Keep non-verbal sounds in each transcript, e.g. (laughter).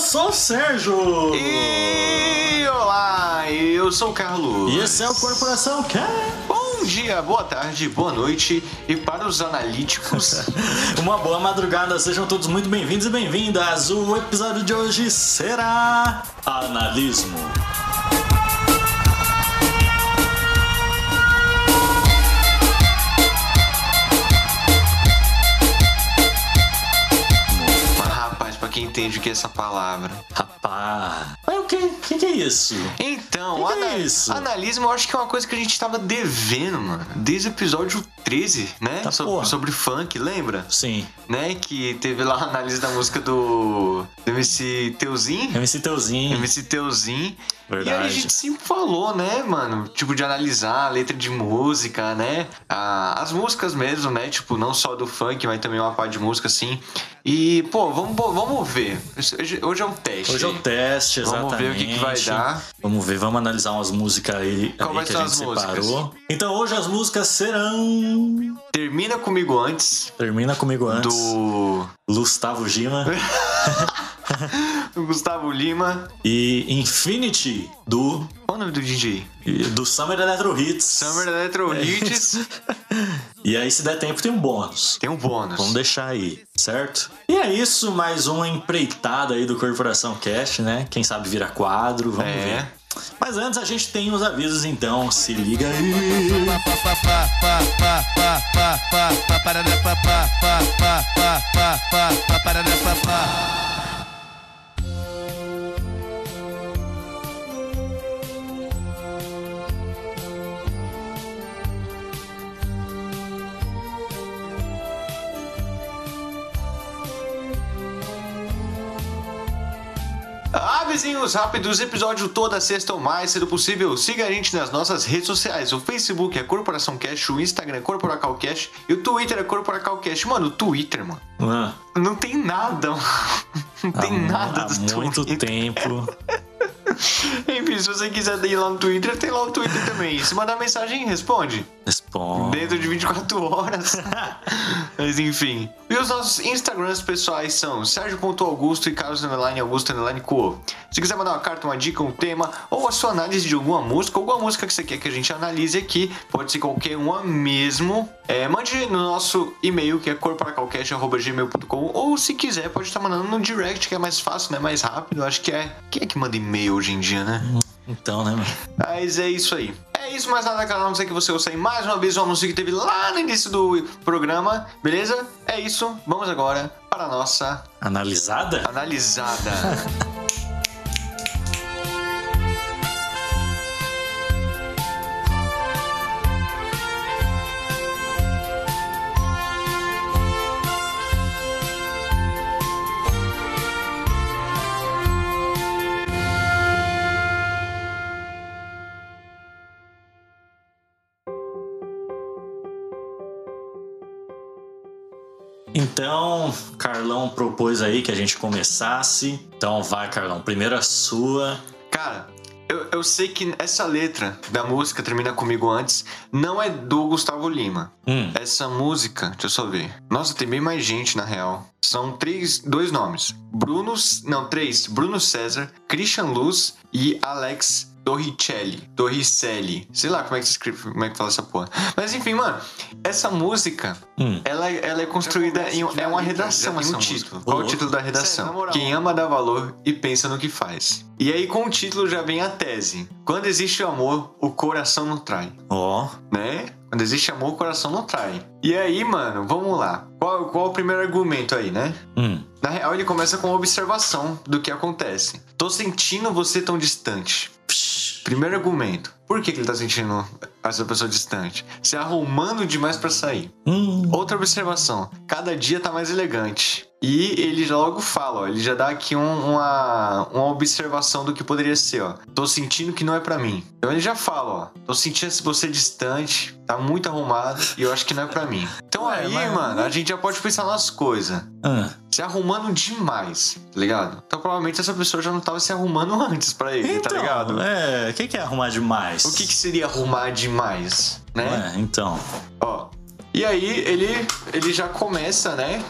sou o Sérgio! E olá, eu sou o Carlos. E esse é o Corporação K. Bom dia, boa tarde, boa noite e para os (laughs) analíticos. Uma boa madrugada, sejam todos muito bem-vindos e bem-vindas. O episódio de hoje será Analismo. Mas, Ah, rapaz, pra quem entende o que é essa palavra. Rapá. Mas o que? O que, que é isso? Então, Que que é ana- isso? analismo eu acho que é uma coisa que a gente tava devendo, mano. Desde o episódio 13, né? Tá So- porra. sobre funk, lembra? Sim, Né? Que teve lá a análise da música do, do MC Teuzinho. MC Teuzinho. MC Teuzinho. E aí a Verdade. gente sempre falou, né, mano? Tipo, de analisar a letra de música, né? Ah, as músicas mesmo, né? Tipo, não só do funk, mas também uma parte de música, assim. E, pô, vamos, bo- vamos ver. Hoje- Hoje é um teste. Hoje é um teste, exatamente. Vamos ver o que, que vai dar. Vamos ver, vamos analisar umas músicas aí, Qual aí vai que ser a gente as músicas? separou. Então hoje as músicas serão. Termina comigo antes Termina comigo antes. do Gustavo Gima do Gustavo Lima. e Infinity do Qual o nome do DJ? do Summer Electro Hits. Summer Electro Hits. (laughs) E aí se der tempo tem um bônus. Tem um bônus. Vamos deixar aí, certo? E é isso, mais uma empreitada aí do Corporação Cash, né? Quem sabe vira quadro, vamos É. ver. Mas antes a gente tem os avisos, então se liga aí. Ah, vizinhos rápidos, episódio toda sexta ou mais cedo possível. Siga a gente nas nossas redes sociais. O Facebook é Corporação Cash, o Instagram é Corporacal Cash e o Twitter é Corporacal Cash. Mano, o Twitter, mano. Ah, Não tem nada, mano. (laughs) Não tem há mu- nada do Há Ah, muito Twitter. tempo. Enfim, se você quiser ir lá no Twitter, tem lá o Twitter também. Se mandar mensagem, responde. Responde. Dentro de 24 horas. Mas enfim. E os nossos Instagrams pessoais são Sérgio.augusto e Carlos Underline Augusto Underline Co. Se quiser mandar uma carta, uma dica, um tema, ou a sua análise de alguma música, alguma música que você quer que a gente analise aqui, pode ser qualquer uma mesmo. É, mande no nosso e-mail que é corparacalcast.gmail.com ou se quiser pode estar mandando no direct que é mais fácil, né? Mais rápido. Acho que é. Quem é que manda e-mail hoje em dia, né? Então, né, mano? Mas é isso aí. É isso, mais nada, cara. A não ser que você ouça aí mais uma vez uma música que teve lá no início do programa, beleza? É isso. Vamos agora para a nossa Analisada? analisada. Então, Carlão propôs aí que a gente começasse. Então, vai, Carlão. Primeiro a sua. cara, eu, eu sei que essa letra da música Termina Comigo Antes não é do Gustavo Lima. Hum, Essa música, deixa eu só ver. Nossa, tem bem mais gente na real. São três, dois nomes: Bruno, não, três: Bruno César, Christian Luz e Alex Torricelli. Torricelli. Sei lá como é que se escreve, como é que fala essa porra. Mas enfim, mano, essa música, hum. ela, ela é construída em um- é uma redação, é um título. Qual é o título da Sério, na redação? moral. Quem ama dá valor e pensa no que faz. E aí com o título já vem a tese. Quando existe o amor, o coração não trai Ó, né? Quando existe amor, o coração não trai. E aí, mano, vamos lá. Qual, qual o primeiro argumento aí, né? hum. Na real, ele começa com uma observação do que acontece. Tô sentindo você tão distante. Psh, Primeiro argumento. Por que, que ele tá sentindo essa pessoa distante? Se arrumando demais pra sair. Hum. Outra observação. Cada dia tá mais elegante. E ele já logo fala, ó. Ele já dá aqui um- uma, uma observação do que poderia ser, ó. Tô sentindo que não é pra mim. Então ele já fala, ó. Tô sentindo você distante, tá muito arrumado e eu acho que não é pra mim. Então Ué, aí, mas- mano, a gente já pode pensar nas coisas. Ah. Se arrumando demais, tá ligado? Então provavelmente essa pessoa já não tava se arrumando (laughs) antes pra ele, Então, tá ligado? É, o que, que é arrumar demais? O que, que seria arrumar demais, né? é? Então, Ó. E aí ele, ele já começa, né?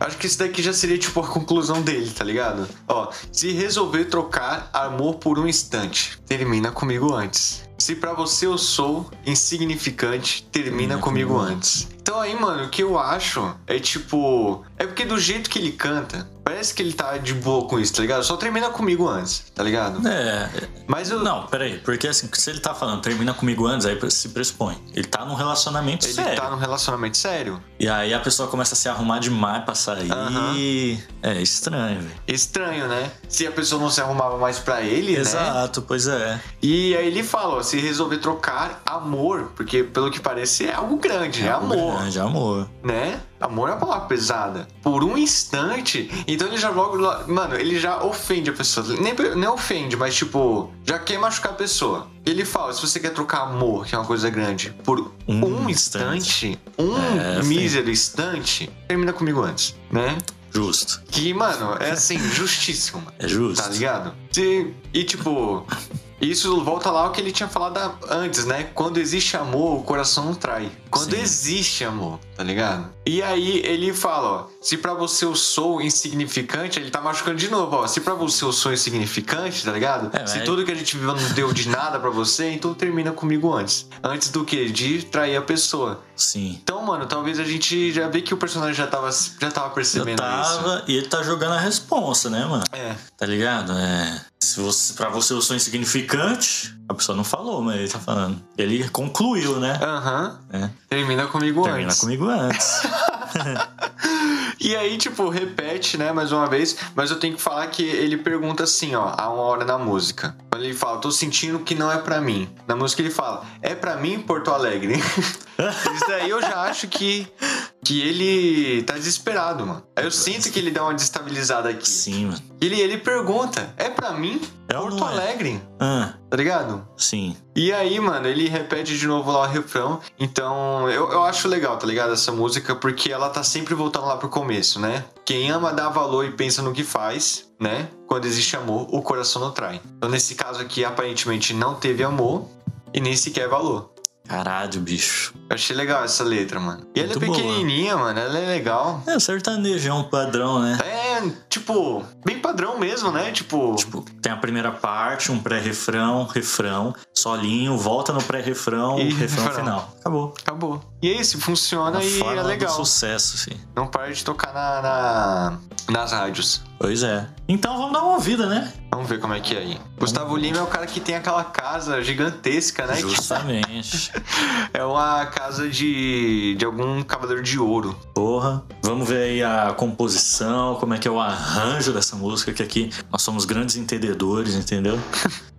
Acho que isso daqui já seria tipo a conclusão dele, tá ligado? Ó, se resolver trocar amor por um instante, termina comigo antes. Se pra você eu sou insignificante, termina comigo antes. Então aí, mano, o que eu acho é tipo. É porque do jeito que ele canta, parece que ele tá de boa com isso, tá ligado? Só termina comigo antes, tá ligado? É. Mas eu. Não, peraí, porque assim, se ele tá falando termina comigo antes, aí se pressupõe. Ele tá num relacionamento Ele sério. tá num relacionamento sério. E aí a pessoa começa a se arrumar demais pra sair. Aham. É estranho, velho. Estranho, né? Se a pessoa não se arrumava mais pra ele, né? Exato, pois é. E aí ele fala, ó, se resolver trocar amor, porque pelo que parece é algo grande, é amor, um Grande amor. né? Amor é uma palavra pesada. Por um instante, então ele já logo, lo- mano, ele já ofende a pessoa. Nem, nem ofende, mas tipo, já quer machucar a pessoa. Ele fala, se você quer trocar amor, que é uma coisa grande, por um, Um instante, um É, sim. mísero instante, termina comigo antes, né? Justo. Que, mano, é assim, (laughs) justíssimo. mano. É justo. Tá ligado? Sim. E tipo, isso volta lá ao que ele tinha falado a- antes, né? Quando existe amor, o coração não trai. Quando Sim. existe amor, tá ligado? E aí ele fala, ó, se pra você eu sou insignificante, ele tá machucando de novo, ó. Se pra você eu sou insignificante, tá ligado? É, se mas- tudo que a gente viveu não deu de nada pra você, então termina comigo antes. Antes do que? De trair a pessoa. Sim. Então, mano, talvez a gente já vê que o personagem já tava, já tava Já percebendo isso. tava, e ele tá jogando a responsa, né, mano? É. Tá ligado? É. Se você, pra você eu sou insignificante, a pessoa não falou, mas ele tá falando. Ele concluiu, né? Aham. É. Termina comigo Termina antes. comigo antes. E aí, tipo, repete, né, mais uma vez, mas eu tenho que falar que ele pergunta assim, ó, a uma hora na música. Quando ele fala, tô sentindo que não é pra mim. Na música ele fala, é pra mim Porto Alegre. (laughs) Isso daí eu já acho que, que ele tá desesperado, mano. Aí eu sinto que ele dá uma destabilizada aqui. Sim, mano. Ele, ele pergunta, é pra mim É ou Porto não é? Alegre? Ah, Tá ligado? sim. E aí, mano, ele repete de novo lá o refrão. Então, eu, eu acho legal, tá ligado? Essa música, porque ela tá sempre voltando lá pro começo, né? Quem ama dá valor e pensa no que faz, né? Quando existe amor, o coração não trai. Então, nesse caso aqui, aparentemente não teve amor e nem sequer valor. Caralho, bicho. Eu achei legal essa letra, mano. E ela é Muito boa. pequenininha, mano. Ela é legal. É, sertanejo é um padrão, né? É, tipo, bem padrão mesmo, né? Tipo, Tipo, tem a primeira parte, um pré-refrão, refrão, solinho, volta no pré-refrão, E refrão, refrão. final. Acabou. acabou. E é isso, funciona a e é fórmula do legal. sucesso, assim. filho. Não para de tocar na- na, nas rádios. Pois é. Então vamos dar uma ouvida, né? Vamos ver como é que é aí. Gustavo Lima é o cara que tem aquela casa gigantesca, né? Justamente. Que é uma casa de, de algum cavaleiro de ouro. Porra. Vamos ver aí a composição, como é que é o arranjo dessa música, que aqui nós somos grandes entendedores, entendeu?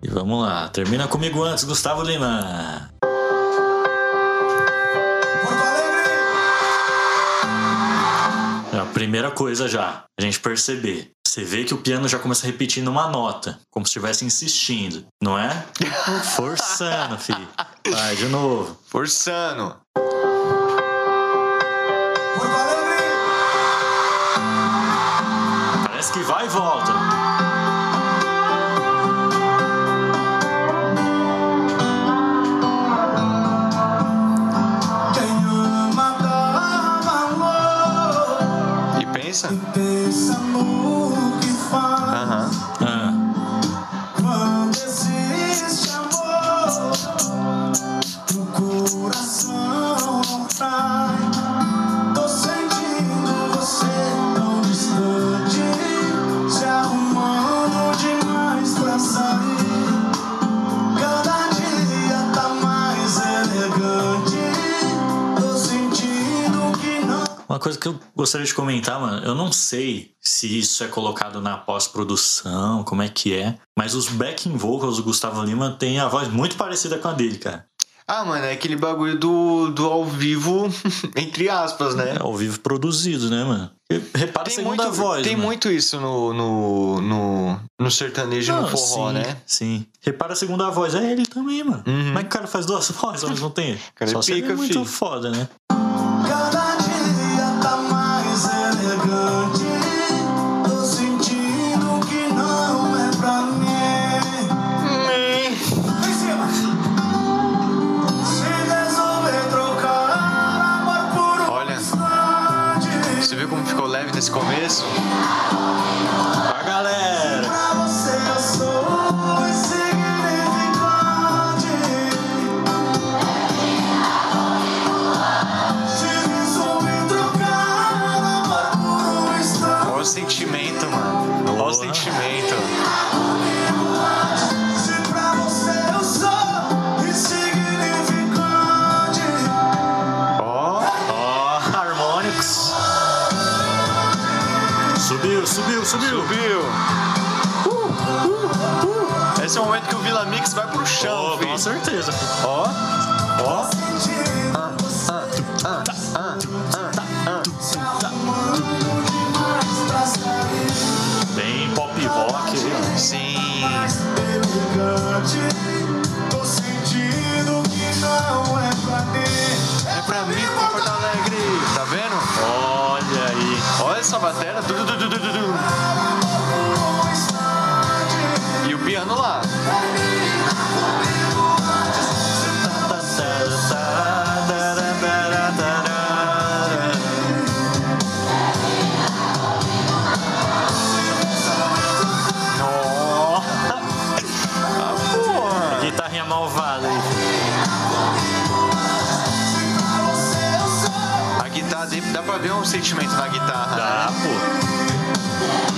E vamos lá. Termina comigo antes, Gustavo Lima. É a primeira coisa já, a gente perceber. Você vê que o piano já começa repetindo uma nota, como se estivesse insistindo, não é? Forçando, filho. Vai, de novo. Forçando. Parece que vai e volta. E pensa? Aham. Aham. Ah, Quando existe amor, o coração não trai. Tô sentindo você tão distante, se arrumando demais pra sair. Cada dia tá mais elegante. Tô sentindo que não. uma coisa que eu gostaria de comentar, mano, eu não sei se isso é colocado na pós-produção, como é que é, mas os backing vocals do Gustavo Lima têm a voz muito parecida com a dele, cara. Ah, mano, é aquele bagulho do, do ao vivo, (laughs) entre aspas, né? É ao vivo produzido, né, mano? E Repara a Tem segunda muito, voz. tem mano. muito isso no, no, no, no sertanejo e no Não, forró, sim, né? Sim. Repara a segunda voz, é ele também, mano. Uhum. Como é que o cara faz duas (laughs) vozes, mas não tem? Cara, é Só se ele pica, é muito filho. foda, né? Cada dia tá mais elegante. Tô sentindo que não é pra mim. Vem cima! Se resolver trocar amor por um Olha, instante. Você viu como ficou leve nesse um Uh, esse é o momento que o Vila Mix vai pro chão, Oh, filho. com certeza, filho. Ó, ó. Bem pop rock. né? Sim. Tô sentindo que não é pra mim. É pra mim com Porto Alegre. Tá vendo? Olha aí. Olha essa batera. Du, du, du, du, du, du, du. um E o piano lá. Nossa. Ah, porra. Guitarrinha malvada aí. A guitarra, dá pra ver um sentimento na guitarra. né? Dá, Tá, pô.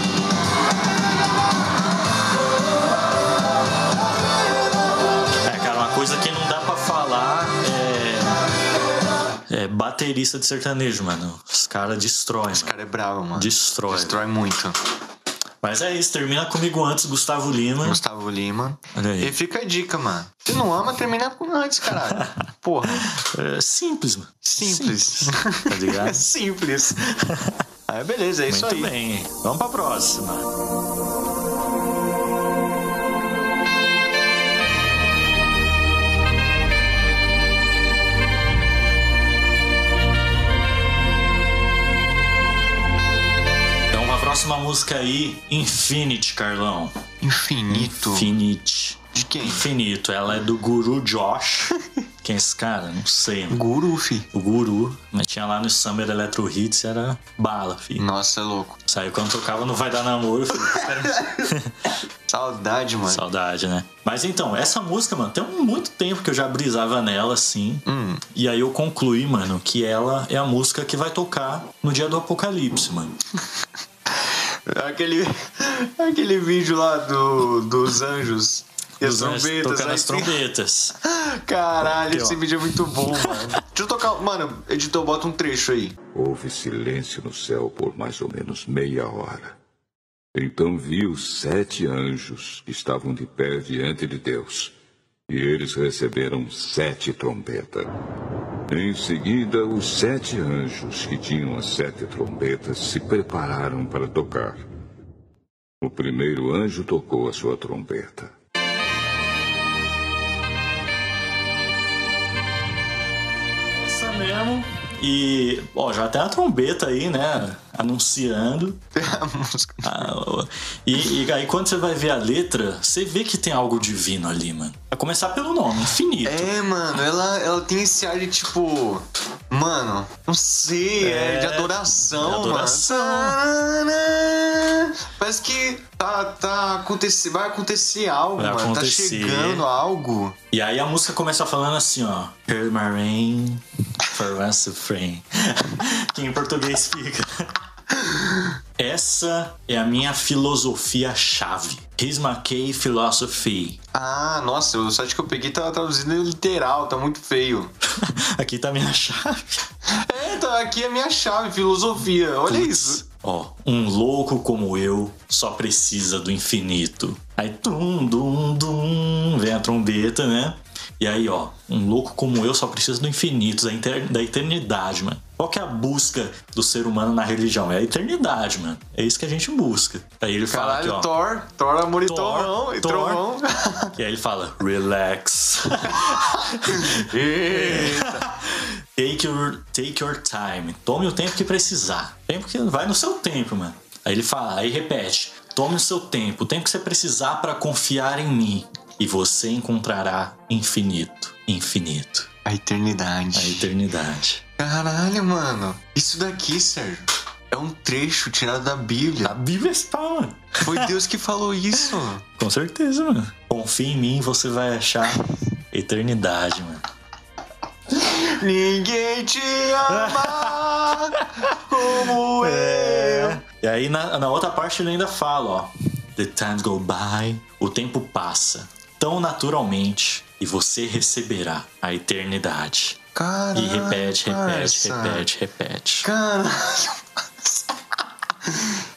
É, cara, uma coisa que não dá pra falar é. É baterista de sertanejo, mano. Os caras destroem, Esse mano. cara é bravo, mano. Destrói. Destrói muito. Mas é isso, termina comigo antes, Gustavo Lima. Gustavo Lima. Olha aí. E fica a dica, mano. Se não ama, termina com antes, caralho. (laughs) Porra. É simples, mano. Simples. Tá ligado? É (laughs) Simples. Aí beleza, é isso Muito aí. bem. Vamos pra próxima. Então, a próxima música aí, Infinity, Carlão. Infinito. Infinity. De quem? Infinito. Ela é do Guru Josh. (laughs) Quem é esse cara? Não sei. mano. Guru, fi. O Guru. Mas tinha lá no Summer Electro Hits, era bala, filho. Nossa, é louco. Saiu quando tocava Não Vai Dar Namoro, (laughs) filho. É. Saudade, mano. Saudade, né? Mas então, essa música, mano, tem um muito tempo que eu já brisava nela, assim. Hum. E aí eu concluí, mano, que ela é a música que vai tocar no dia do apocalipse, mano. É Aquele, (laughs) é aquele vídeo lá do, dos anjos. E as Os anjos trombetas. tocando aí as tem- trombetas. assim, Caralho, Aqui, ó. esse vídeo é muito bom, (laughs) mano. Deixa eu tocar. Mano, editor, bota um trecho aí. (laughs) Houve silêncio no céu por mais ou menos meia hora. Então vi os sete anjos que estavam de pé diante de Deus, e eles receberam sete trombetas. Em seguida, os sete anjos que tinham as sete trombetas se prepararam para tocar. O primeiro anjo tocou a sua trombeta. Essa mesmo. E, ó, já tem a trombeta aí, né? Anunciando. A música. Ah, ó. e, e aí quando você vai ver a letra, você vê que tem algo divino ali, mano. Vai começar pelo nome, infinito. É, mano, ela, ela tem esse ar de tipo. Mano, não sei, é, É, de adoração, de adoração. mano. Parece que tá, tá acontecer, vai acontecer algo, Vai mano. acontecer. Tá chegando algo. E aí a música começa falando assim, ó. Hear my rain, for us to frame. (laughs) que em português fica. Essa é a minha filosofia-chave. Here's my key philosophy. (laughs) Ah, nossa, o site que eu peguei tá, tava traduzindo literal, tá muito feio. Aqui tá a minha (laughs) chave. É, tá aqui a minha chave, filosofia. Olha isso. Ó, um louco como eu só precisa do infinito. Aí tum, dum, dum, vem a trombeta, né? E aí, ó, um louco como eu só precisa do infinito, da, inter- da eternidade, mano. Qual que é a busca do ser humano na religião? É a eternidade, mano. É isso que a gente busca. Aí ele fala Caralho, aqui, ó. Thor, Thor amor e Thor, trovão, e Thor. trovão. (laughs) E aí ele fala, (laughs) relax. Take your, take your time. Tome o tempo que precisar. Tempo que vai no seu tempo, mano. Aí ele fala, aí repete. Tome o seu tempo, o tempo que você precisar para confiar em mim. E você encontrará infinito, infinito, A eternidade. a eternidade. Caralho, mano. Isso daqui, Sérgio, é um trecho tirado da A Bíblia. Bíblia está, mano. Foi Deus que (laughs) falou isso. Com certeza, mano. Confie em mim, você vai achar eternidade, mano. Ninguém te ama (laughs) como eu. E aí na, na outra parte ele ainda fala, ó. The times go by, o tempo passa tão naturalmente e você receberá a eternidade. Caralho. E repete, repete, parça. repete, repete. Caralho.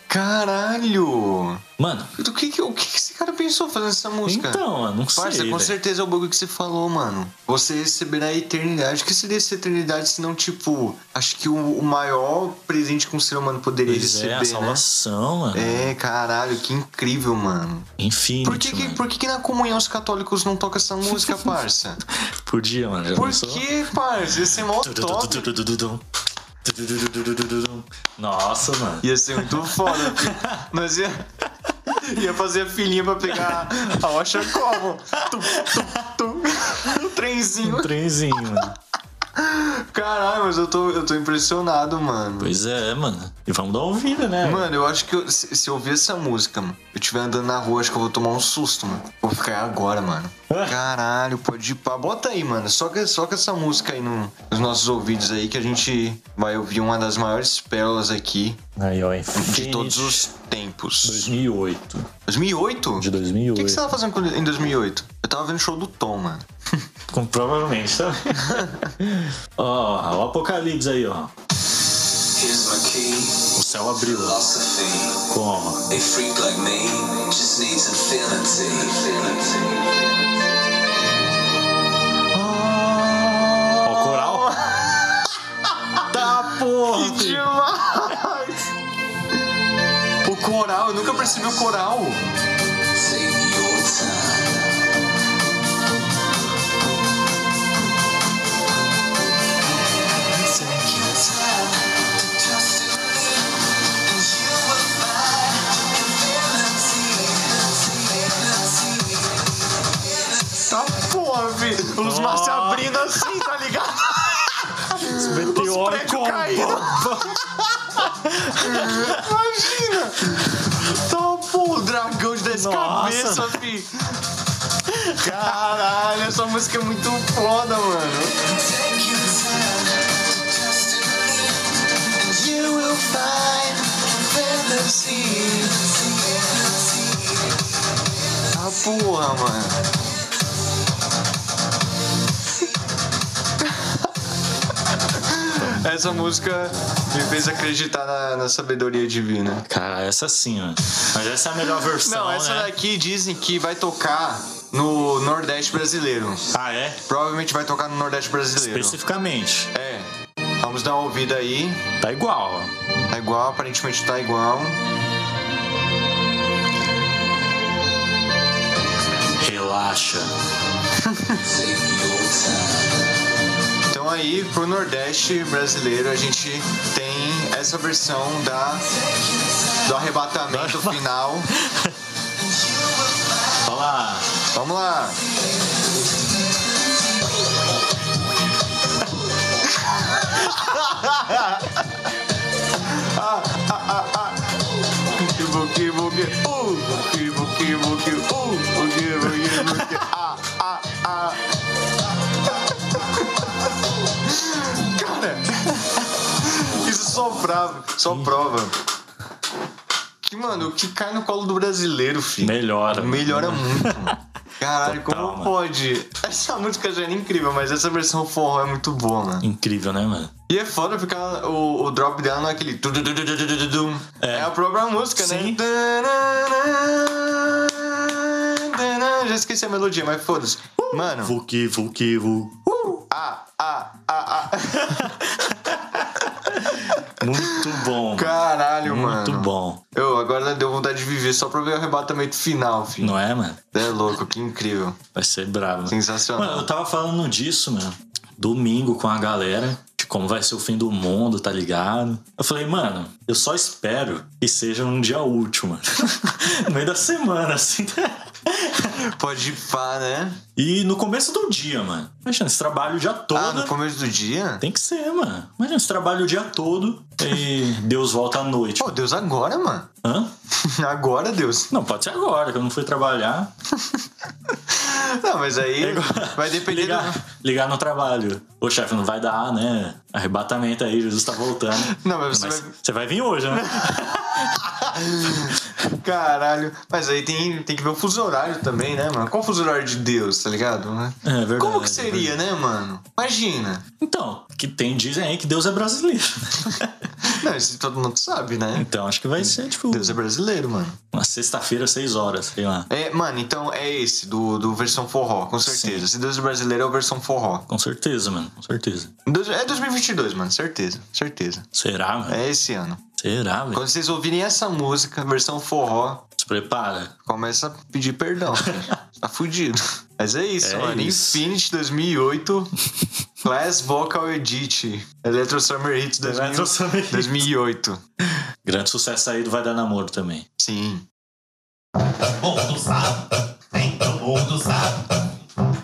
Caralho! Mano, Do que, que- o que que esse cara pensou fazendo essa música? então, eu não sei. Parça, com velho. certeza é o bagulho que você falou, mano. Você receberá a eternidade. O que seria essa eternidade se não, tipo, acho que o, o maior presente que um ser humano poderia Pois receber, é, a salvação, mano. né? É, caralho, que incrível, mano. Infinity, Por que, que, mano. por que que na comunhão os católicos não tocam essa (laughs) música, parça? Podia, mano. já Por pensou? que, parça? Ia ser mó top. Tudududududududum. Tududududududududum. (laughs) Nossa, mano. Ia ser muito foda. filho. Nós ia, ia fazer a filhinha pra pegar a rocha como? Tum, tum, tum. Um trenzinho. Um trenzinho, mano. Caralho, mas eu tô, eu tô impressionado, mano. Pois é, mano. E vamos dar ouvida, né? Mano, eu acho que eu- se, se eu ouvir essa música, mano, eu estiver andando na rua, acho que eu vou tomar um susto, mano. Vou ficar agora, mano. Caralho, pode ir pra. Bota aí, mano. Só que, só que essa música aí no- nos nossos ouvidos aí que a gente vai ouvir uma das maiores pérolas aqui Aí, ó. de Infinity todos os tempos. 2008. 2008? De O 2008. que, que você tava fazendo quando- em 2008? Eu tava vendo o show do Tom, mano. Com, provavelmente, tá? (laughs) ó, o Apocalipse aí, ó. Here's my key, O céu abriu. philosophy. Como? A freak like me just needs infinity. infinity. Ó, o (laughs) coral. tá, porra! filho. Demais! O coral, eu nunca percebi o coral. Take your time. Take your time to trust in me, and you will find infinity, infinity. Tá porra, filho. Os mares se abrindo assim, tá ligado? Meteoro prédios como? caíram. Imagina! Tá porra, o dragão de 10 Nossa. cabeças, filho. Caralho, essa música é muito foda, mano. Take your time to trust in me, and you will find infinity, infinity. Tá porra, mano. Essa música me fez acreditar na, na sabedoria divina. Cara, essa sim, mano. Mas essa é a melhor versão, Não, essa né? daqui dizem que vai tocar no Nordeste brasileiro. Ah, é? Provavelmente vai tocar no Nordeste brasileiro. Especificamente. É. Vamos dar uma ouvida aí. Tá igual, ó. Tá igual, aparentemente tá igual. Relaxa. Take your time. Então aí, pro Nordeste brasileiro, a gente tem essa versão da do arrebatamento final. Olha lá. Vamos lá. Buki, buki, buki, uh, buki, buki, buki, uh, buki, buki, buki, ah, ah, ah. Cara, isso só prova, só prova. Que, mano, o que cai no colo do brasileiro, filho? Melhora. Melhora muito. (laughs) mano. Caralho, Total, como mano. pode? Essa música já era incrível, mas essa versão forró é muito boa, mano. Incrível, né, mano? E é foda ficar o, o drop dela não é aquele. tu- tu- tu- tu- tu- tu- tu- tu. É. É. a própria música, né? Sim. Já esqueci a melodia, mas foda-se. Mano. Vuki, Vuki, Vu. Ah, ah, ah, ah. (laughs) Muito bom. mano. Caralho, mano. Muito bom. Eu, agora deu vontade de viver só pra ver o arrebatamento final, filho. Não é, mano? É louco, que incrível. Vai ser brabo. Sensacional. Mano, eu tava falando disso, mano. Domingo com a galera. De como vai ser o fim do mundo, tá ligado? Eu falei, mano, eu só espero que seja um dia útil, mano. (laughs) no meio da semana, assim. Pode ir pá, né? E no começo do dia, mano. Imagina, esse trabalho o dia todo. Ah, no começo do dia? Tem que ser, mano. Imagina, você trabalha o dia todo e Deus volta à noite. Pô, Deus, agora, mano. (laughs) Hã? Agora, Deus. Não, pode ser agora, que eu não fui trabalhar. Não, mas aí (laughs) vai depender É ligar, do... ligar no trabalho. Ô, chefe, não vai dar, né? Arrebatamento aí, Jesus tá voltando. Não, mas você Mas vai... você vai vir hoje, né? Caralho. Mas aí tem, tem que ver o fuso horário também, né, mano? Qual o fuso horário de Deus, tá ligado? né? É verdade, Como que é seria, né, mano? Imagina. Então, que tem dizem aí que Deus é brasileiro. (laughs) Não, isso todo mundo sabe, né? então, acho que vai ser, tipo, Deus é brasileiro, mano. uma sexta-feira, seis horas, sei lá. É, mano, então é esse, do, do versão forró, com certeza. Se Deus é brasileiro, é o versão forró. Com certeza, mano, com certeza. Dois- É 2022, mano, certeza, certeza. Será, mano? É esse ano. Será, velho? Quando vocês ouvirem essa música, versão forró, Se prepara. começa a (laughs) pedir perdão. filho. tá fudido. Mas é isso, É mano. isso. Infinity 2008. Class Vocal Edit. Electro Summer Hits 2000 Electro Summer Hits. 2008. Grande sucesso aí do Vai Dar Namoro também. Sim. Tambor do zap, tem tambor do zap.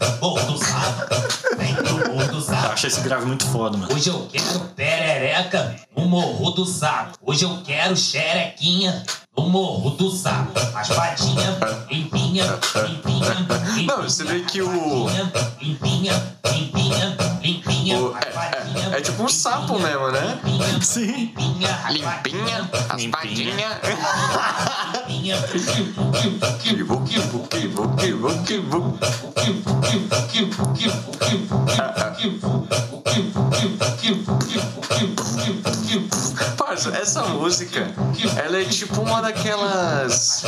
Tambor do zap, tem tambor do Eu zap. acho esse grave muito foda, mano. Hoje eu quero perereca no morro do sapo. Hoje eu quero xerequinha no morro do sapo. As patinhas, limpinha, limpinha, limpinha. Não, você vê que o- Patinha, Limpinha, limpinha, limpinha. O- as patinha, é tipo um sapo limpinha, mesmo, né? limpinha, Sim. Limpinha, as Limpinha, patinha, as Limpinha. patinhas. limpinha. Kibu, kibu, kibu, kibu, kibu, kibu. Parça, essa música, ela é tipo uma daquelas.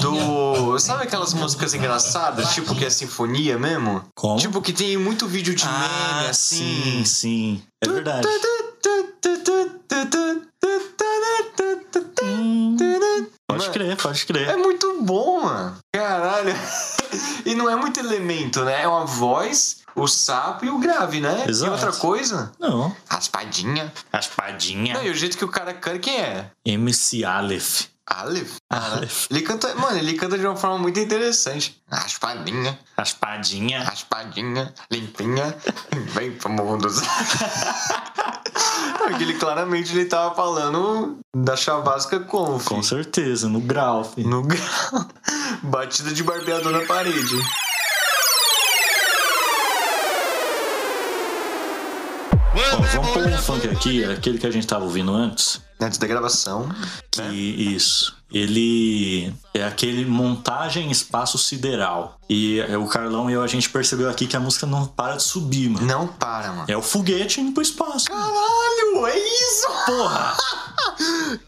Do. Sabe aquelas músicas engraçadas? Tipo que é sinfonia mesmo? Como? Ah, Tipo que tem muito vídeo de meme sim, assim. sim. É verdade. Pode Mano, crer, pode É crer. muito bom, mano. Caralho. E não é muito elemento, né? É uma voz, o sapo e o grave, né? Exato. E outra coisa, Não. raspadinha. Raspadinha. Não, e o jeito que o cara canta, quem é? MC Aleph. Aleph. Aleph. Ele canta, mano, ele canta de uma forma muito interessante. Raspadinha, Raspadinha. raspadinha, limpinha, (laughs) vem pro mundo. (laughs) Não, que ele claramente ele tava falando da chavasca como, filho? Com certeza, no grau, filho. No grau. (laughs) Batida de barbeador na parede. Bom, vamos pôr um funk aqui, aquele que a gente tava ouvindo antes. Antes da gravação. Que É. isso. Ele é aquele montagem espaço sideral. E é, o Carlão e eu, a gente percebeu aqui que a música não para de subir, mano. Não para, mano. É o foguete indo pro espaço. Caralho, é isso? Porra!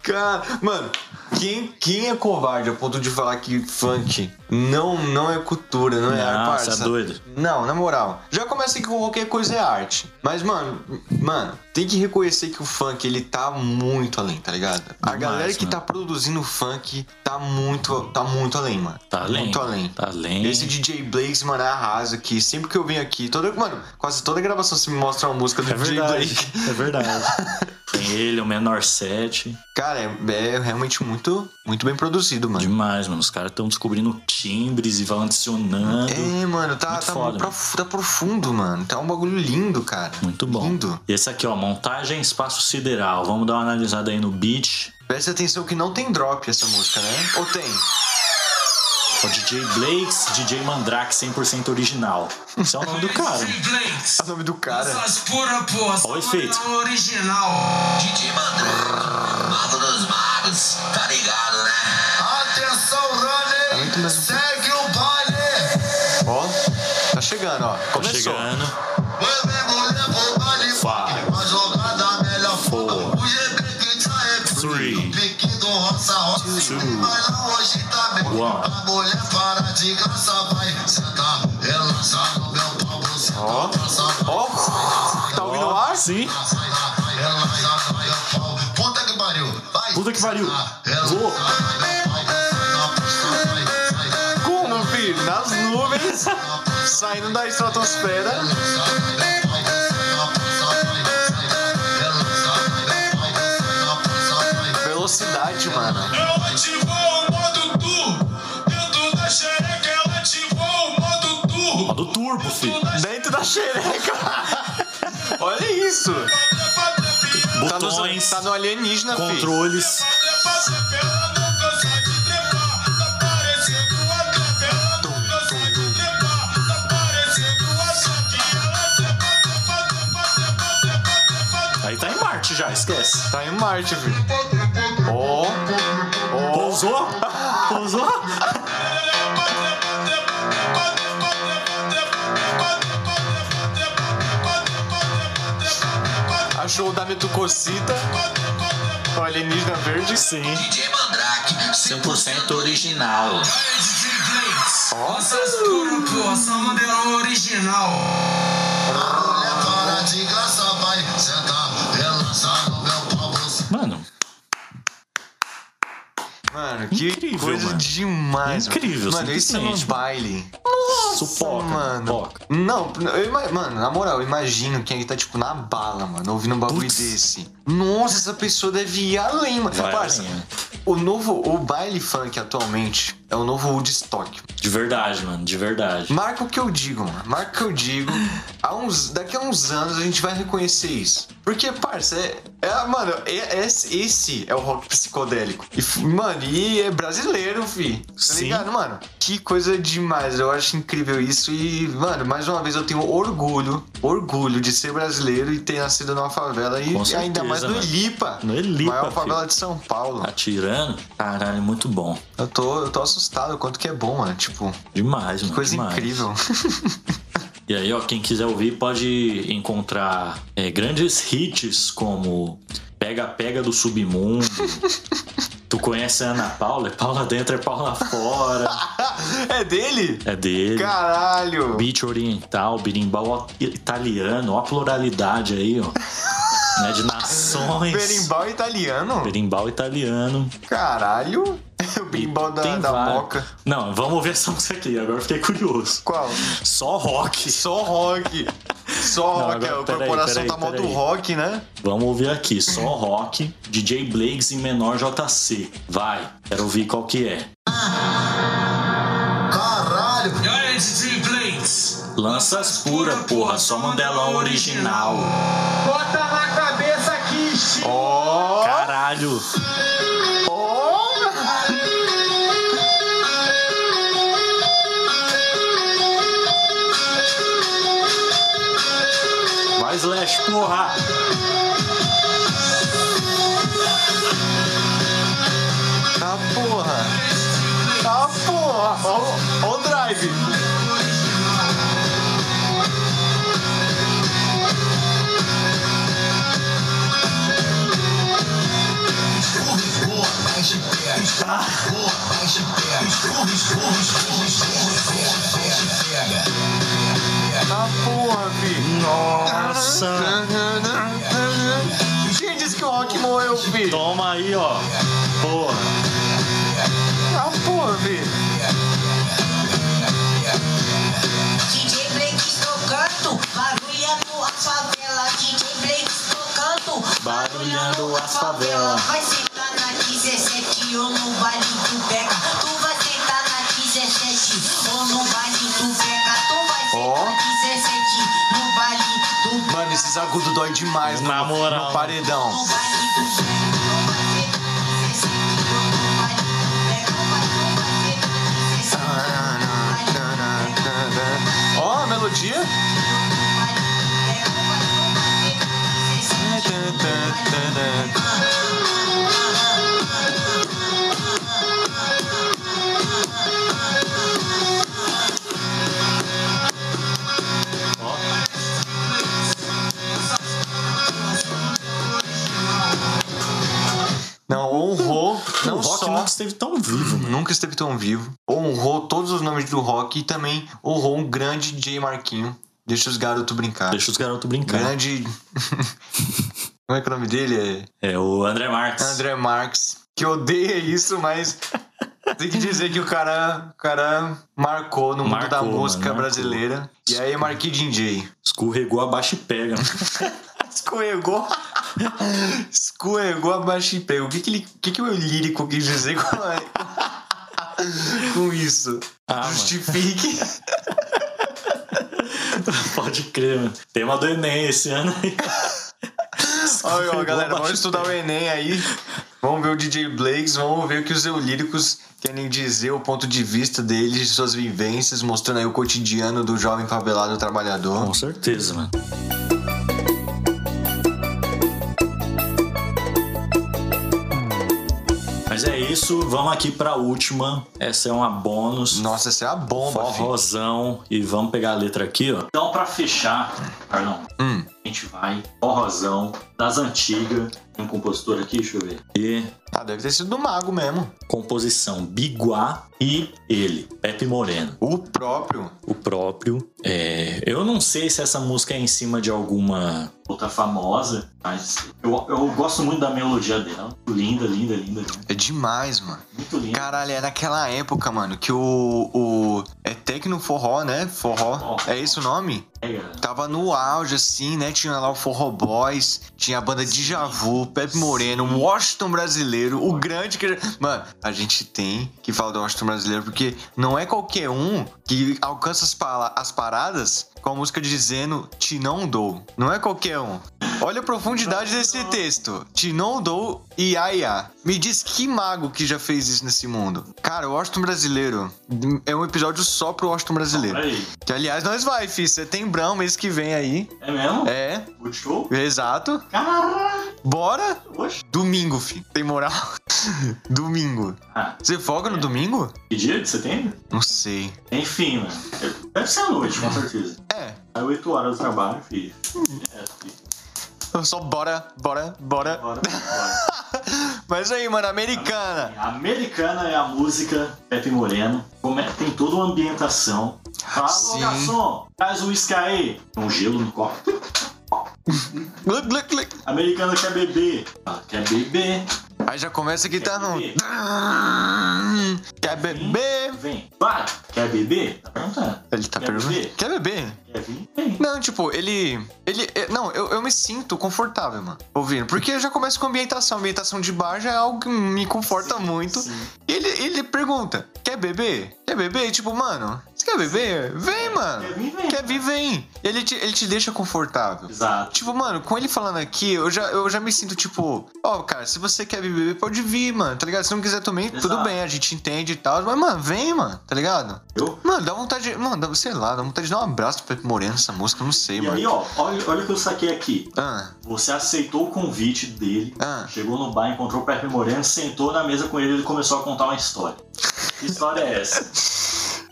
Cara, mano, quem, quem é covarde a ponto de falar que funk não, não é cultura, não é Não, arte, cê parça? é doido. Não, na moral. Já começa que qualquer coisa é arte. Mas, mano, mano, tem que reconhecer que o funk, ele tá muito além, tá ligado? A Demais, galera que mano. tá produzindo funk tá muito, tá muito além, mano. Tá além. Muito além. Tá além. Esse DJ Blaze, mano, arrasa aqui. Sempre que eu venho aqui, toda, mano, quase toda gravação você me mostra uma música do É DJ verdade. Blaze. É (laughs) verdade. Tem ele, o menor 7. Cara, é, é realmente muito, muito bem produzido, mano. Demais, mano. Os caras estão descobrindo timbres e vão adicionando. É, mano, tá, Muito tá, foda, prof- tá profundo, mano. Tá um bagulho lindo, cara. Muito bom. Lindo. E esse aqui, ó, montagem espaço sideral. Vamos dar uma analisada aí no beat. Presta atenção que não tem drop essa música, né? Ou tem? O DJ Blakes, DJ Mandrake 100% original. Esse é o nome do cara. É o nome do cara. Essas pura porra. Olha o efeito. Original. Didi Mandrão. Mago dos magos. Tá ligado, né? Atenção, Tá Rani! muito mais... Segue o baile! Ó, tá chegando, ó. Tô Começou. chegando. Vai, mulher, vou baile! Five, Vai jogar da melhor forma! four, O GB que já é three, frio! Pique do roça, roça! two, E vai lá hoje também! one. A mulher para de graça, vai sentar! Relaxa no meu pau, você Ó. Ó. Tá ouvindo o ar? Sim. Sai lá, vai, relaxa no meu pau! Puta que pariu! Vai! Puta que pariu. sentar, relaxa Vou. no meu pau, você vai, vai, vai. Como, filho? Nas nuvens. Saindo da estratosfera. Velocidade, mano. Ela ativou o modo turbo. Dentro da xereca, ela ativou o modo turbo. Modo turbo, filho. Dentro da xereca. (laughs) Olha isso. Tá no, Botões, tá no alienígena, filho. controles. Aí tá em Marte já, esquece. Tá em Marte, filho. Ó. Ó. Pousou? (laughs) Pousou? Achou o da Metucocita. O alienígena verde. Sim. DJ Mandrake, 100% original. Nossas tudo, pô, são modelo original. Olha para de graça, vai sentar, relançar no meu pau. você- Mano, Mano, que Incrível, coisa mano. demais. mano. Incrível, mano. isso é nos simplesmente, mano. baile. supoca. mano. supoca. Não, eu, ima- mano, na moral, eu imagino quem tá, tipo, na bala, mano, ouvindo um bagulho Putz. desse. Nossa, essa pessoa deve ir além, mano. Vai Parça, além, né? o novo, o baile funk atualmente é o novo Woodstock. De verdade, mano, de verdade. Marca o que eu digo, mano. Marca o que eu digo. Há uns, daqui a uns anos a gente vai reconhecer isso. Porque, parça, é, é- mano, é- é- esse é o rock psicodélico. E, f- mano, e é brasileiro, fi. Tá Sim. ligado, mano? Que coisa demais. Eu acho incrível isso. E, mano, mais uma vez eu tenho orgulho, orgulho de ser brasileiro e ter nascido numa favela. E Com ainda certeza, mais no mano. Elipa. No Elipa, Maior fi. favela de São Paulo. Atirando? Caralho, muito bom. Eu tô, eu tô assustado o quanto que é bom, mano. Tipo, Demais, mano. coisa demais. incrível. (laughs) E aí, ó, quem quiser ouvir pode encontrar é, grandes hits como Pega Pega do (laughs) Submundo. tu conhece a Ana Paula? É Paula dentro, é Paula fora. (laughs) é dele? É dele. Caralho! Beat oriental, berimbau italiano, ó a pluralidade aí, ó. né, de nações. Berimbau é italiano? Berimbau italiano. Caralho! O berimbau da, da vários. moca. Não, vamos ouvir essa música aqui, agora eu fiquei curioso. Qual? Só rock. Só rock! Só Não, rock, agora, é o peraí, corporação peraí, da moto peraí. rock, né? Vamos ouvir aqui, só rock, DJ Blakes em menor JC. Vai, quero ouvir qual que é. Caralho! E olha, DJ Blades. Lanças pura, porra, só Mandela original. Bota na cabeça que Ó! Caralho, ó. vai Slash, porra. Tá porra! Tá porra! Ó, o- ó o drive! Tá porra, fi! Nossa. Quem disse que o rock morreu, fi? Toma aí, ó. Porra. Tá porra, fi! DJ Blakes tocando, barulhando a favela. DJ Blakes tocando, Barulhando as favelas. Vai sentar na 17 ou no baile do Beca. Tu vai sentar na 17 ou no baile do Beca. Tu vai Ó. sentar na 17 no baile do Beca. Mano, esses agudos dói demais no, Na moral. no paredão. No baile do Beca. Tu vai sentar na 17 ou no baile do Beca. Tu vai- tu vai sentar na 17 Ah, Ó, a melodia. Não, honrou, não o rock só... nunca esteve tão vivo. Nunca esteve tão vivo. Honrou todos os nomes do rock e também honrou um grande DJ Marquinho. Deixa os garotos brincar. Deixa os garotos brincar. grande. (laughs) Como é que é o nome dele? É o André Marques. É André Marx. Que odeia isso, mas tem que dizer que o cara, o cara marcou no mundo da Marcou, música mano, marcou. brasileira. E aí, Marquinhos DJ. Escorregou abaixo e pega. mano. (laughs) Escorregou. (laughs) Escorregou abaixo e pegou. O que, que, ele, o, que que o lírico quis dizer com, (laughs) com isso? Ah, mano. Justifique. Pode crer, mano. Tema do Enem esse ano aí. (laughs) Olha, ó, Escorregou galera, vamos abaixo e estudar o pega. Enem aí. Vamos ver o DJ Blakes, vamos ver o que os eulíricos querem dizer, o ponto de vista deles, suas vivências, mostrando aí o cotidiano do jovem favelado trabalhador. Com certeza, mano. Mas é isso, vamos aqui pra última. Essa é uma bônus. Nossa, essa é a bomba, filho. Forrozão. E vamos pegar a letra aqui, ó. Então, pra fechar, Carlão, Hum. a gente vai forrozão das antigas. Tem um compositor aqui, deixa eu ver. E Ah, deve ter sido do Mago mesmo. composição Biguá e ele, Pepe Moreno. O próprio. o próprio. É, eu não sei se essa música é em cima de alguma outra famosa, mas eu, eu gosto muito da melodia dela. Linda, linda, linda, linda. É demais, mano. Muito linda. Caralho, é naquela época, mano, que o. o é Tecno Forró, né? Forró. Forró. É esse o nome? É, galera. Tava no auge, assim, né? Tinha lá o Forró Boys, tinha a banda Djavu, Pepe Moreno, um Washington Brasileiro, o grande que. Mano, a gente tem que falar do Washington Brasileiro, porque não é qualquer um que alcança as, pala- as paradas com a música dizendo Te não dou. Não é qualquer um. Olha a profundidade desse texto. Te não dou e aia. Me diz que mago que já fez isso nesse mundo. Cara, o Washington Brasileiro é um episódio só pro Washington Brasileiro. Peraí. Que aliás, nós vai, fi. Setembrão, mês que vem aí. É mesmo? É, Good show? exato. Caralho! Bora! Oxe. Domingo, fi. Tem moral? (laughs) domingo. Ah, Você folga no domingo? que dia que você tem? Não sei. Enfim, mano. Deve ser à noite, com certeza. É. É 8 horas do trabalho, filho. É, filho. Eu só bora, bora, bora. Bora, bora. Mas aí, mano, americana. Americana é a música Pepe Moreno. Como é- tem toda uma ambientação. Fala, ô Sim. garçom, traz o uísque aí. Um gelo no copo. (laughs) Gluc, gluc, gluc. Americana quer beber. Ah, quer beber. Aí já começa a Quer guitarra. beber? Quer beber? Vem. Vai. Quer beber? Tá perguntando. Ele tá Quer perguntando. beber? Quer beber? Quer vir? Vem. Não, tipo, ele. ele é- não, eu, eu me sinto confortável, mano, ouvindo. Porque eu já começo com ambientação. Ambientação de bar já é algo que me conforta muito. sim. E ele, ele pergunta: quer beber? Quer beber? E, tipo, mano, você quer beber? Vem, mano. Quer vir? Vem. Quer vir? Vem. Ele te, ele te deixa confortável. Exato. Tipo, mano, com ele falando aqui, eu já, eu já me sinto tipo, ó, cara, se você quer beber, pode vir, mano, tá ligado? Se não quiser também, tudo Exato. bem, a gente entende e tal. Mas, mano, vem, mano, tá ligado? Eu? Mano, dá vontade, mano, dá, sei lá, dá vontade de dar um abraço pro Pepe Moreno essa música, eu não sei, E mano. aí, ó, olha, olha o que eu saquei aqui. Ah, Você aceitou o convite dele, Ah. chegou no bar, encontrou o Pepe Moreno, sentou na mesa com ele e ele começou a contar uma história. Que história é essa?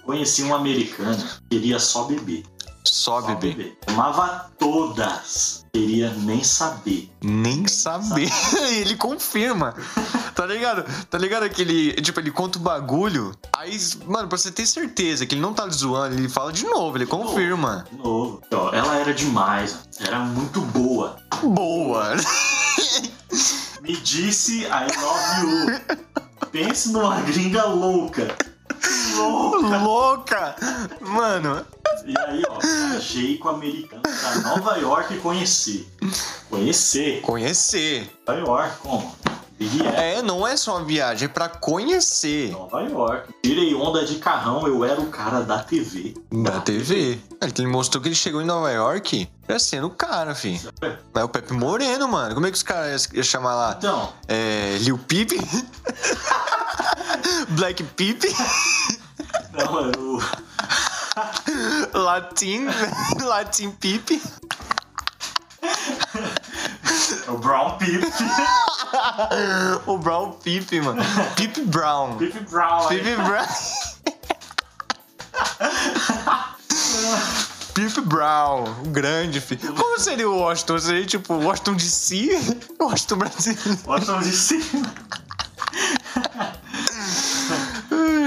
Conheci um americano, queria só beber. só Só beber. beber. Tomava todas, queria nem saber. Nem saber. E (laughs) ele confirma. Tá ligado? Tá ligado que ele, tipo, ele conta o bagulho. Aí, mano, pra você ter certeza que ele não tá zoando, ele fala de novo, ele confirma. De novo. Ó, ela era demais, era muito boa. Boa! Me disse I love you. Pense numa gringa louca. Louca. (laughs) Louca! Mano, E aí, ó, achei com o americano da Nova York e conheci. Conhecer. conhecer. Nova York, como? Big Apple, É, não é só uma viagem, é pra conhecer. Nova York. Tirei onda de carrão, eu era o cara da TV. Da TV. Ele mostrou que ele chegou em Nova York já sendo o cara, fi. É o Pepe Moreno, mano. Como é que os caras iam chamar lá? Então, É. Lil Peep? (laughs) Black Peep? não, é eu. Latin? (laughs) Latin Peep? É o Brown Pip. O Brown Peep, mano. Peep Brown. Pip Brown. aí. Peep Brown. Peep Brown, o grande filho. Como seria o Washington? Seria tipo Washington de si? Washington brasileiro. Bota de cima.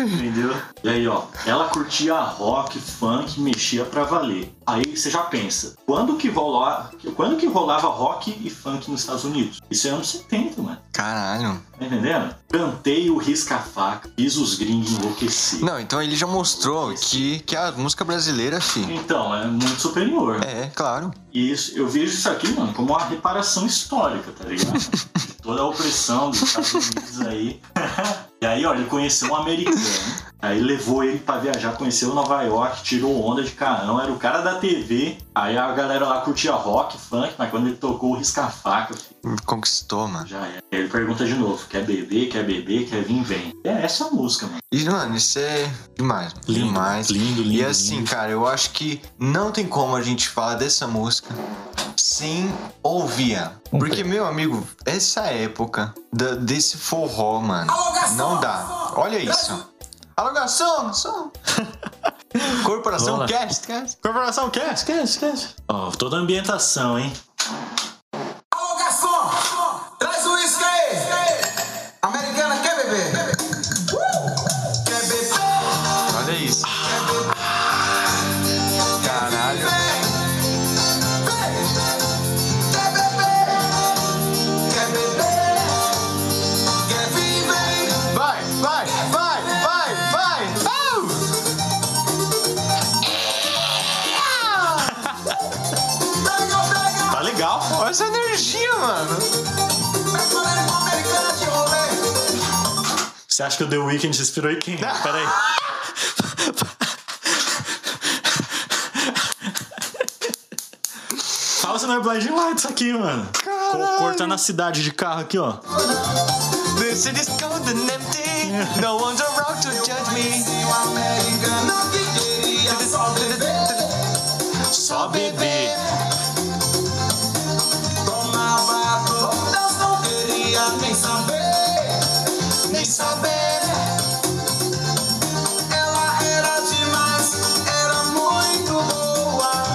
Entendeu? E aí, ó, ela curtia rock, funk, mexia pra valer. Aí você já pensa, quando que, rola... quando que rolava rock e funk nos Estados Unidos? Isso é anos 70, mano. Caralho. Tá entendendo? Cantei o risca-faca, fiz os gringos enlouquecer. Não, então ele já mostrou que, que a música brasileira, fi. Então, é muito superior. É, claro. E isso, eu vejo isso aqui, mano, como uma reparação histórica, tá (laughs) ligado? De Toda a opressão dos Estados Unidos aí. (laughs) e aí, ó, ele conheceu um americano. Aí levou ele pra viajar, conheceu Nova York, tirou onda de carão, era o cara da TV. Aí a galera lá curtia rock, funk, mas quando ele tocou o risca-faca, filho, Conquistou, mano. já era. Aí ele pergunta de novo: quer beber, quer beber, quer vir, vem. É essa a música, mano. E, mano, isso é demais. mano. Lindo, demais. lindo, lindo, E assim, lindo. cara, eu acho que não tem como a gente falar dessa música sim ouvia. Porque, meu amigo, essa época da- desse forró, mano, não dá. Olha isso. (laughs) Alugação, som. Corporação Vamos lá. Cast, Cast. Corporação, cast, cast, cast. Ó, toda a ambientação, hein? Alô, garçom! Traz o uísque aí! Americana quer beber? Quer beber? Olha isso. Caralho. Quer beber? Quer beber? Quer viver? Vai, vai, vai, vai, vai. Au! Pega, pega! Tá legal. Olha essa energia, mano. Misturando com americana de rolê! Você acha que o The Weeknd se inspirou (laughs) em quem? Peraí. Fala se não é Blinding Lights aqui, mano. Caralho. Co- Cortando a cidade de carro aqui, ó. The city's cold and empty. No one's around to judge me. E o americano que queria só beber Só bebê. Tomava todas, não queria nem saber Nem saber Ela era demais, era muito boa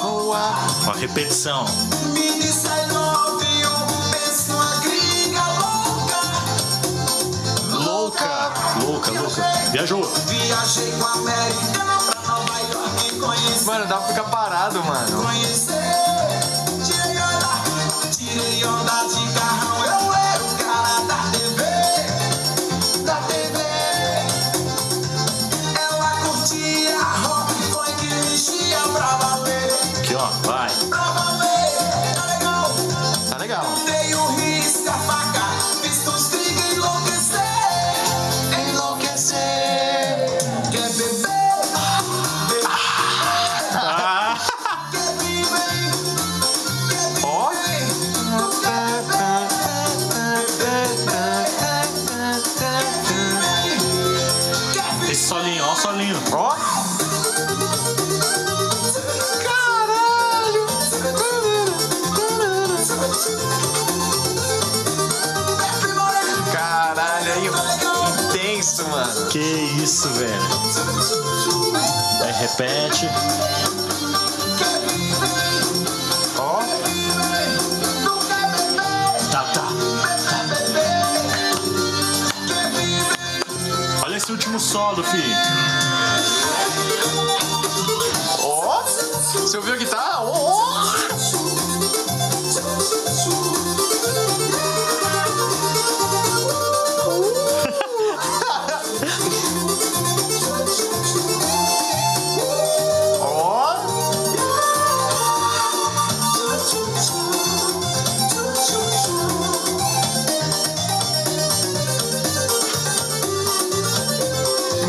Ó, repetição. Me desenvolve um penso a gringa louca Louca. Louca, louca. Viajou. Viajei Tá com a americana pra Nova York conhecer Mano, dá pra ficar parado, mano. Conhecer Tirei onda, tirei onda de carrão Eu era o cara da TV Da TV Ela curtia rock, funk, mexia pra valer Aqui, ó. Vai. Pra valer, tá legal Tá legal. Dei o risco, a faca, fiz os gringos enlouquecer, enlouquecer. Quer beber? Beber. Quer viver? Quer viver? Ó. Quer viver? Esse solinho, ó, o solinho. Ó. Caralho. Pepe Moreno, Caralho, aí, tá legal. intenso, mano. Que isso, velho. Aí repete. Quer viver? Ó. Não quer beber? Tá, tá. Beber, beber. Quer viver? Olha esse último solo, fi. Ó. Você ouviu a guitarra? Ó. ó. Ó.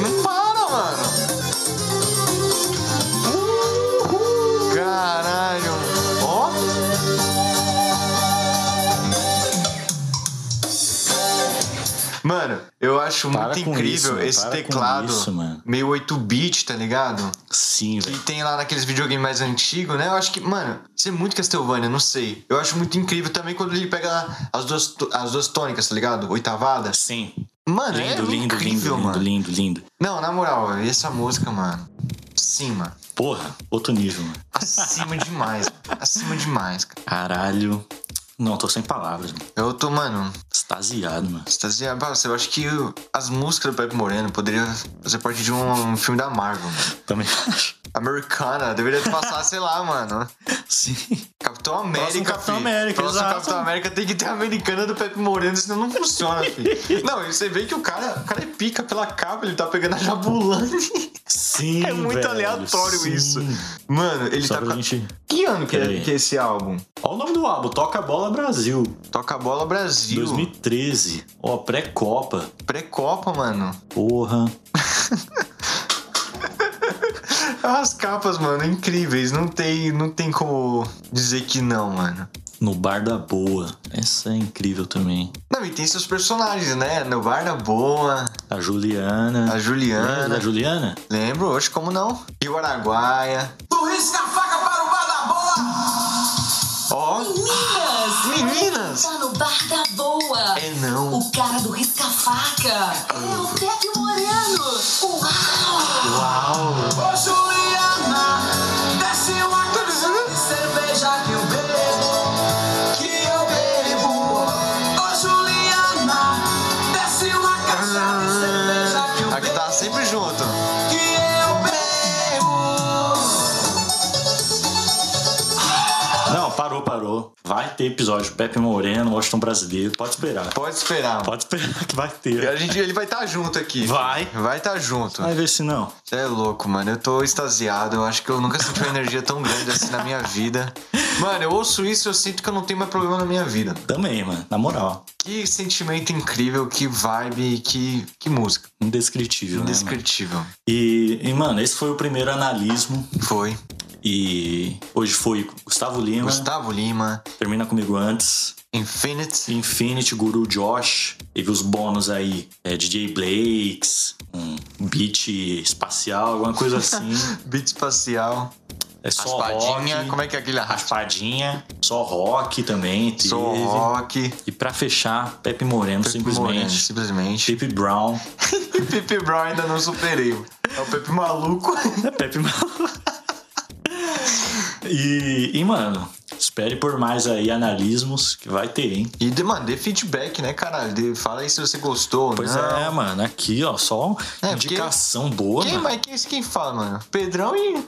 Não para, mano. Caralho. Ó. Mano, eu acho Para muito com isso, incrível mano. esse Para com teclado isso, mano. meio 8-bit, tá ligado? Sim, Que velho. tem lá naqueles videogames mais antigos, né? Eu acho que, mano, isso é muito Castlevania, não sei. Eu acho muito incrível também quando ele pega as duas, to- as duas tônicas, tá ligado? Oitavadas. Sim. Mano, é Lindo, lindo, incrível, lindo, mano. lindo, lindo, lindo. Não, na moral, essa música, mano. Sim, mano. Porra, outro nível, mano. Acima demais. (laughs) acima demais, cara. Caralho. Não, tô sem palavras, mano. Eu tô, mano, Extasiado, mano. extasiado. Bah, Eu acho que o- as músicas do Pepe Moreno poderiam fazer parte de um, um filme da Marvel, mano. Também (laughs) acho. Americana, deveria passar, (laughs) sei lá, mano. Sim. Capitão América. Próximo Capitão filho. América, Próximo exato. Capitão América tem que ter a americana do Pepe Moreno, senão não funciona, (laughs) filho. Não, e você vê que o cara, o cara é pica pela capa, ele tá pegando a Jabulani. (laughs) Sim, É muito velho, aleatório sim. isso. Mano, ele Só tá pra com. a- gente... Que ano que é, Peraí. que é esse álbum? Olha o nome do álbum, Toca a Bola Brasil, Toca a Bola Brasil. 2013. Ó, pré-copa. Pré-Copa, mano. Porra. Ah, As capas, mano, é incríveis. Não tem, não tem como dizer que não, mano. No Bar da Boa. Essa é incrível também. Não, e tem seus personagens, né? No Bar da Boa, A Juliana. É, a Juliana. A Hum, Juliana? Lembro, hoje como não? E o Araguaia. Tu risca a faca para o bar da bola. Meninas! Ah. Meninas! Tá no bar da boa! É não. O cara do risca-faca! É o Pepe Moreno! Uau! Uau! Ô Juliana, desce uma coisa de cerveja que eu bebo, que eu bebo. Ô Juliana, desce uma caixa de cerveja que eu Aqui bebo, tá sempre junto. que eu bebo. Não, parou, parou. Vai ter episódio Pepe Moreno, Washington Brasileiro. Pode esperar. Pode esperar. Pode esperar que vai E A ter. gente, ele vai estar junto aqui. Vai. Vai estar junto. Vai ver se não. Você é louco, mano. Eu tô extasiado. Eu acho que eu nunca senti uma energia tão grande assim na minha vida. Mano, eu ouço isso e eu sinto que eu não tenho mais problema na minha vida. Também, mano. Na moral. Que sentimento incrível, que vibe, que, que música. Indescritível, né? mano? Indescritível. E, e, mano, esse foi o primeiro analismo. Foi. E hoje foi Gustavo Lima. Gustavo Lima, Termina comigo antes. Infinite. Infinity, Guru Josh. Teve os bônus aí. é, DJ Blakes. Um beat espacial, alguma (laughs) coisa assim. Beat espacial. É só Raspadinha. rock. Como é que é aquele raspa? Raspadinha. Só rock também teve. Sou rock. E pra fechar, Pepe Moreno, Pepe simplesmente. Moreno, simplesmente. Pepe Brown. E Pepe Brown ainda não superei. É o Pepe maluco. (laughs) É Pepe Brown. (laughs) e, e, mano, espere por mais aí analismos que vai ter, hein? E de- mano, dê feedback, né, caralho? Dê- Fala aí se você gostou ou Pois não. é, mano. Aqui, ó, só É, porque- indicação boa, Quem, mano. mas quem, quem fala, mano? Pedrão e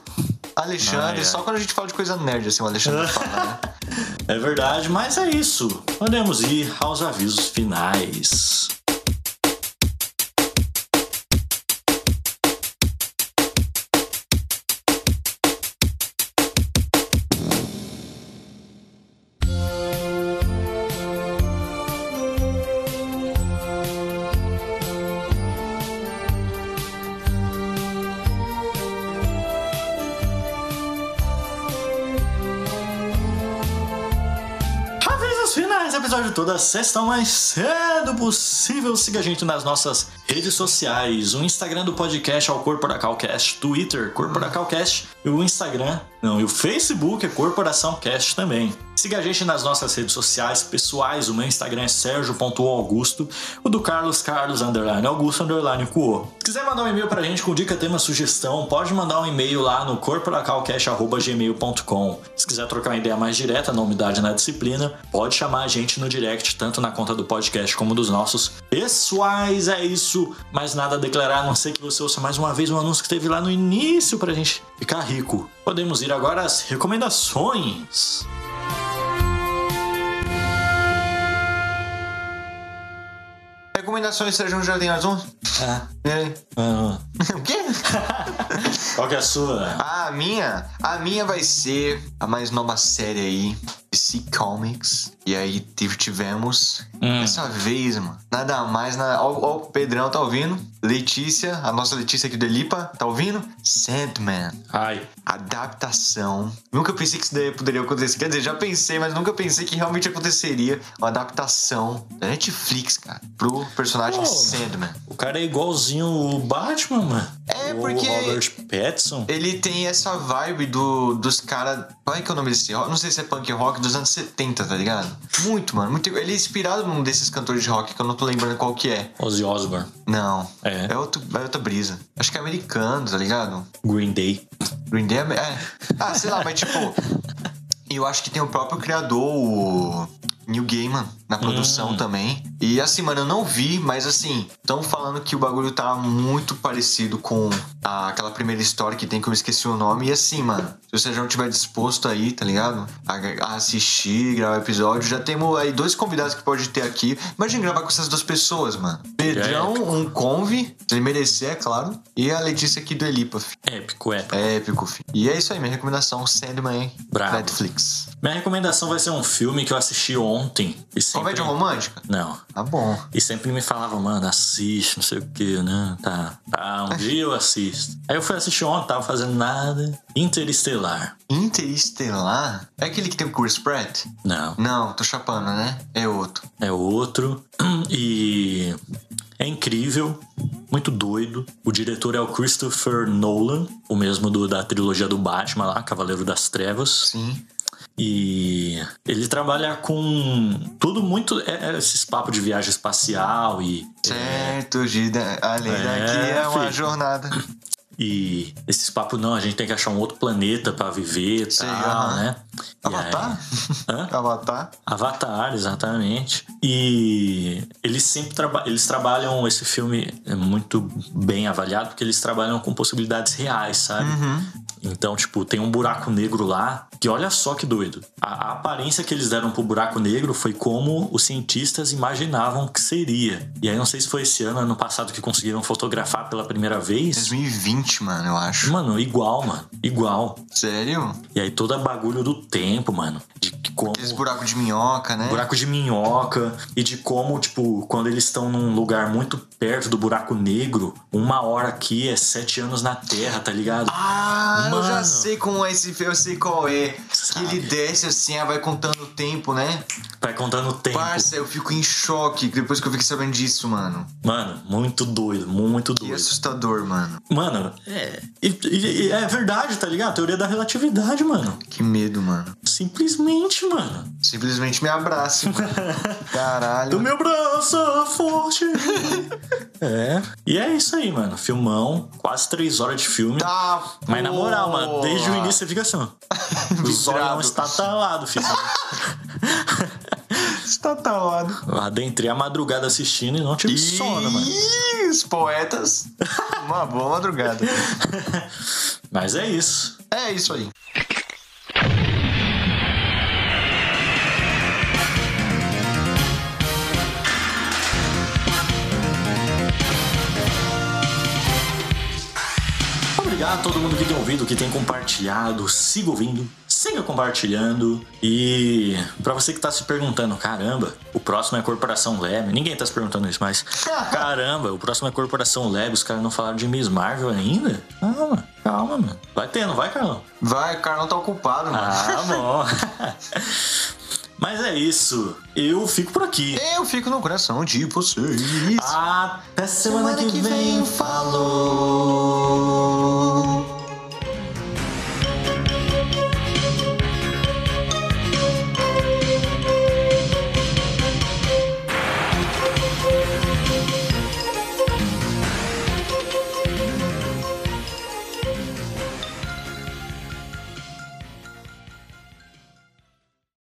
Alexandre. Ai, ai. Só quando a gente fala de coisa nerd, assim, (laughs) o Alexandre fala, né? É verdade, mas é isso. Podemos ir aos avisos finais. Avisos finais, episódio toda sexta, o mais cedo possível. Siga a gente nas nossas redes sociais. O Instagram do podcast é o CorporacalCast, Twitter, CorporacalCast, e o Instagram, não, e o Facebook é CorporaçãoCast também. Siga a gente nas nossas redes sociais pessoais. O meu Instagram é sergio.augusto, o do Carlos Carlos, underline Augusto, underline Cuo. Se quiser mandar um e-mail pra gente com dica, tema, sugestão, pode mandar um e-mail lá no corporacalcast.gmail.com. Se quiser trocar uma ideia mais direta na umidade na disciplina, pode chamar a gente no direct, tanto na conta do podcast como dos nossos pessoais. É isso. Mais nada a declarar, a não ser que você ouça mais uma vez o anúncio que teve lá no início pra gente ficar rico. Podemos ir agora às recomendações. Recomendações, Sérgio, já tem as 11? Ah, E aí? ah, (laughs) O quê? Qual que é a sua? Ah, a minha? A minha vai ser a mais nova série aí, DC Comics. E aí tive- tivemos, Hum. dessa vez, mano, nada mais, nada... Ó, ó, o Pedrão tá ouvindo, Letícia, a nossa Letícia aqui do Elipa, tá ouvindo? Sandman, Ai, adaptação. Nunca pensei que isso daí poderia acontecer. Quer dizer, já pensei, mas nunca pensei que realmente aconteceria uma adaptação da Netflix, cara, pro personagem Pô. Sandman. o cara é igualzinho o Batman, mano. É, o porque- Robert Pattinson. ele tem essa vibe do, dos caras. Qual é que é o nome desse rock? Não sei se é punk rock dos anos 70, tá ligado? Muito, mano. Muito, ele é inspirado num desses cantores de rock que eu não tô lembrando qual que é. Ozzy Osbourne. Não. É. outro, é outra brisa. Acho que é americano, tá ligado? Green Day. Green Day é. é. Ah, sei lá, mas tipo. E eu acho que tem o próprio criador, o Neil Gaiman, na produção também. E assim, mano, eu não vi, mas assim, estão falando que o bagulho tá muito parecido com a- aquela primeira história que tem que eu esqueci o nome. E assim, mano, se você já não tiver disposto aí, tá ligado? A, a assistir, gravar o episódio, já temos aí dois convidados que pode ter aqui. Imagina gravar com essas duas pessoas, mano. Pedrão, um conve, se ele merecer, é claro. E a Letícia aqui do Elipa, filho. Épico, épico. É épico, filho. E é isso aí, minha recomendação, Sandman, Bravo. Netflix. Minha recomendação vai ser um filme que eu assisti ontem. E sempre... Comédia romântica? Não. Tá bom. E sempre me falava, mano, assiste, não sei o que, né? Tá, tá, um dia eu assisto. Aí eu fui assistir ontem, tava fazendo nada. Interestelar. Interestelar? É aquele que tem o Chris Pratt? Não, Não, tô chapando, né? É outro. é outro. (clears throat) E é incrível, muito doido. O diretor é o Christopher Nolan, o mesmo do, da trilogia do Batman lá, Cavaleiro das Trevas. Sim. E ele trabalha com tudo muito. É, é esses papos de viagem espacial e Certo, Gida. Além É, daqui é uma filho. (laughs) jornada. E esses papos, não, a gente tem que achar um outro planeta pra viver e Sei, tal, aham. né? E aí- (laughs) Avatar? Hã? Avatar? Avatar, exatamente. E eles sempre traba eles trabalham esse filme é muito bem avaliado porque eles trabalham com possibilidades reais, sabe? Então, tipo, tem um buraco negro lá, que olha só que doido. A, a aparência que eles deram pro buraco negro foi como os cientistas imaginavam que seria. E aí, não sei se foi esse ano, ano passado, que conseguiram fotografar pela primeira vez. 2020, mano, eu acho. Mano, igual, mano. Igual. Sério? E aí todo bagulho do tempo, mano. De que como. Aqueles buracos de minhoca, né? Buraco de minhoca e de como, tipo, quando eles estão num lugar muito perto do buraco negro, uma hora aqui é sete anos na Terra, tá ligado? Ah, eu já Mano. sei como é esse filme, eu sei qual é. Que Sabe. ele desce assim, ah, vai contando o tempo, né? Vai contando o tempo. Parça, eu fico em choque depois que eu fiquei sabendo disso, mano. Mano, muito doido, muito Que doido. assustador, mano. Mano, é. E, e- e é verdade, tá ligado? Teoria da relatividade, mano. Que medo, mano. Simplesmente, mano. Simplesmente me (laughs) abraça, mano. Caralho. Do meu braço (laughs) forte. é. E é isso aí, mano. Filmão, quase três horas de filme. Tá, Mas na moral, mano, porra. desde o início você fica assim, (laughs) ó. Os olhos Vidrado. não está talado, filho. Está talado. Eu Adentrei a madrugada assistindo e não tive sono, mano. Ih, (laughs) os poetas. Uma boa madrugada. Mas é isso. É isso aí. Obrigado a todo mundo que tem ouvido, que tem compartilhado. Siga ouvindo, siga compartilhando. E pra você que tá se perguntando, caramba, o próximo é Corporação Lab. Ninguém tá se perguntando isso, mas caramba, o próximo é Corporação Lab. Os caras não falaram de Miss Marvel ainda? Calma, calma, mano. Vai ter, não vai, Carlão? Vai, o cara não tá ocupado, mano. Ah, bom. (laughs) Mas é isso. Eu fico por É aqui. Eu fico no coração de vocês. Até semana que Ah, vem. Falou.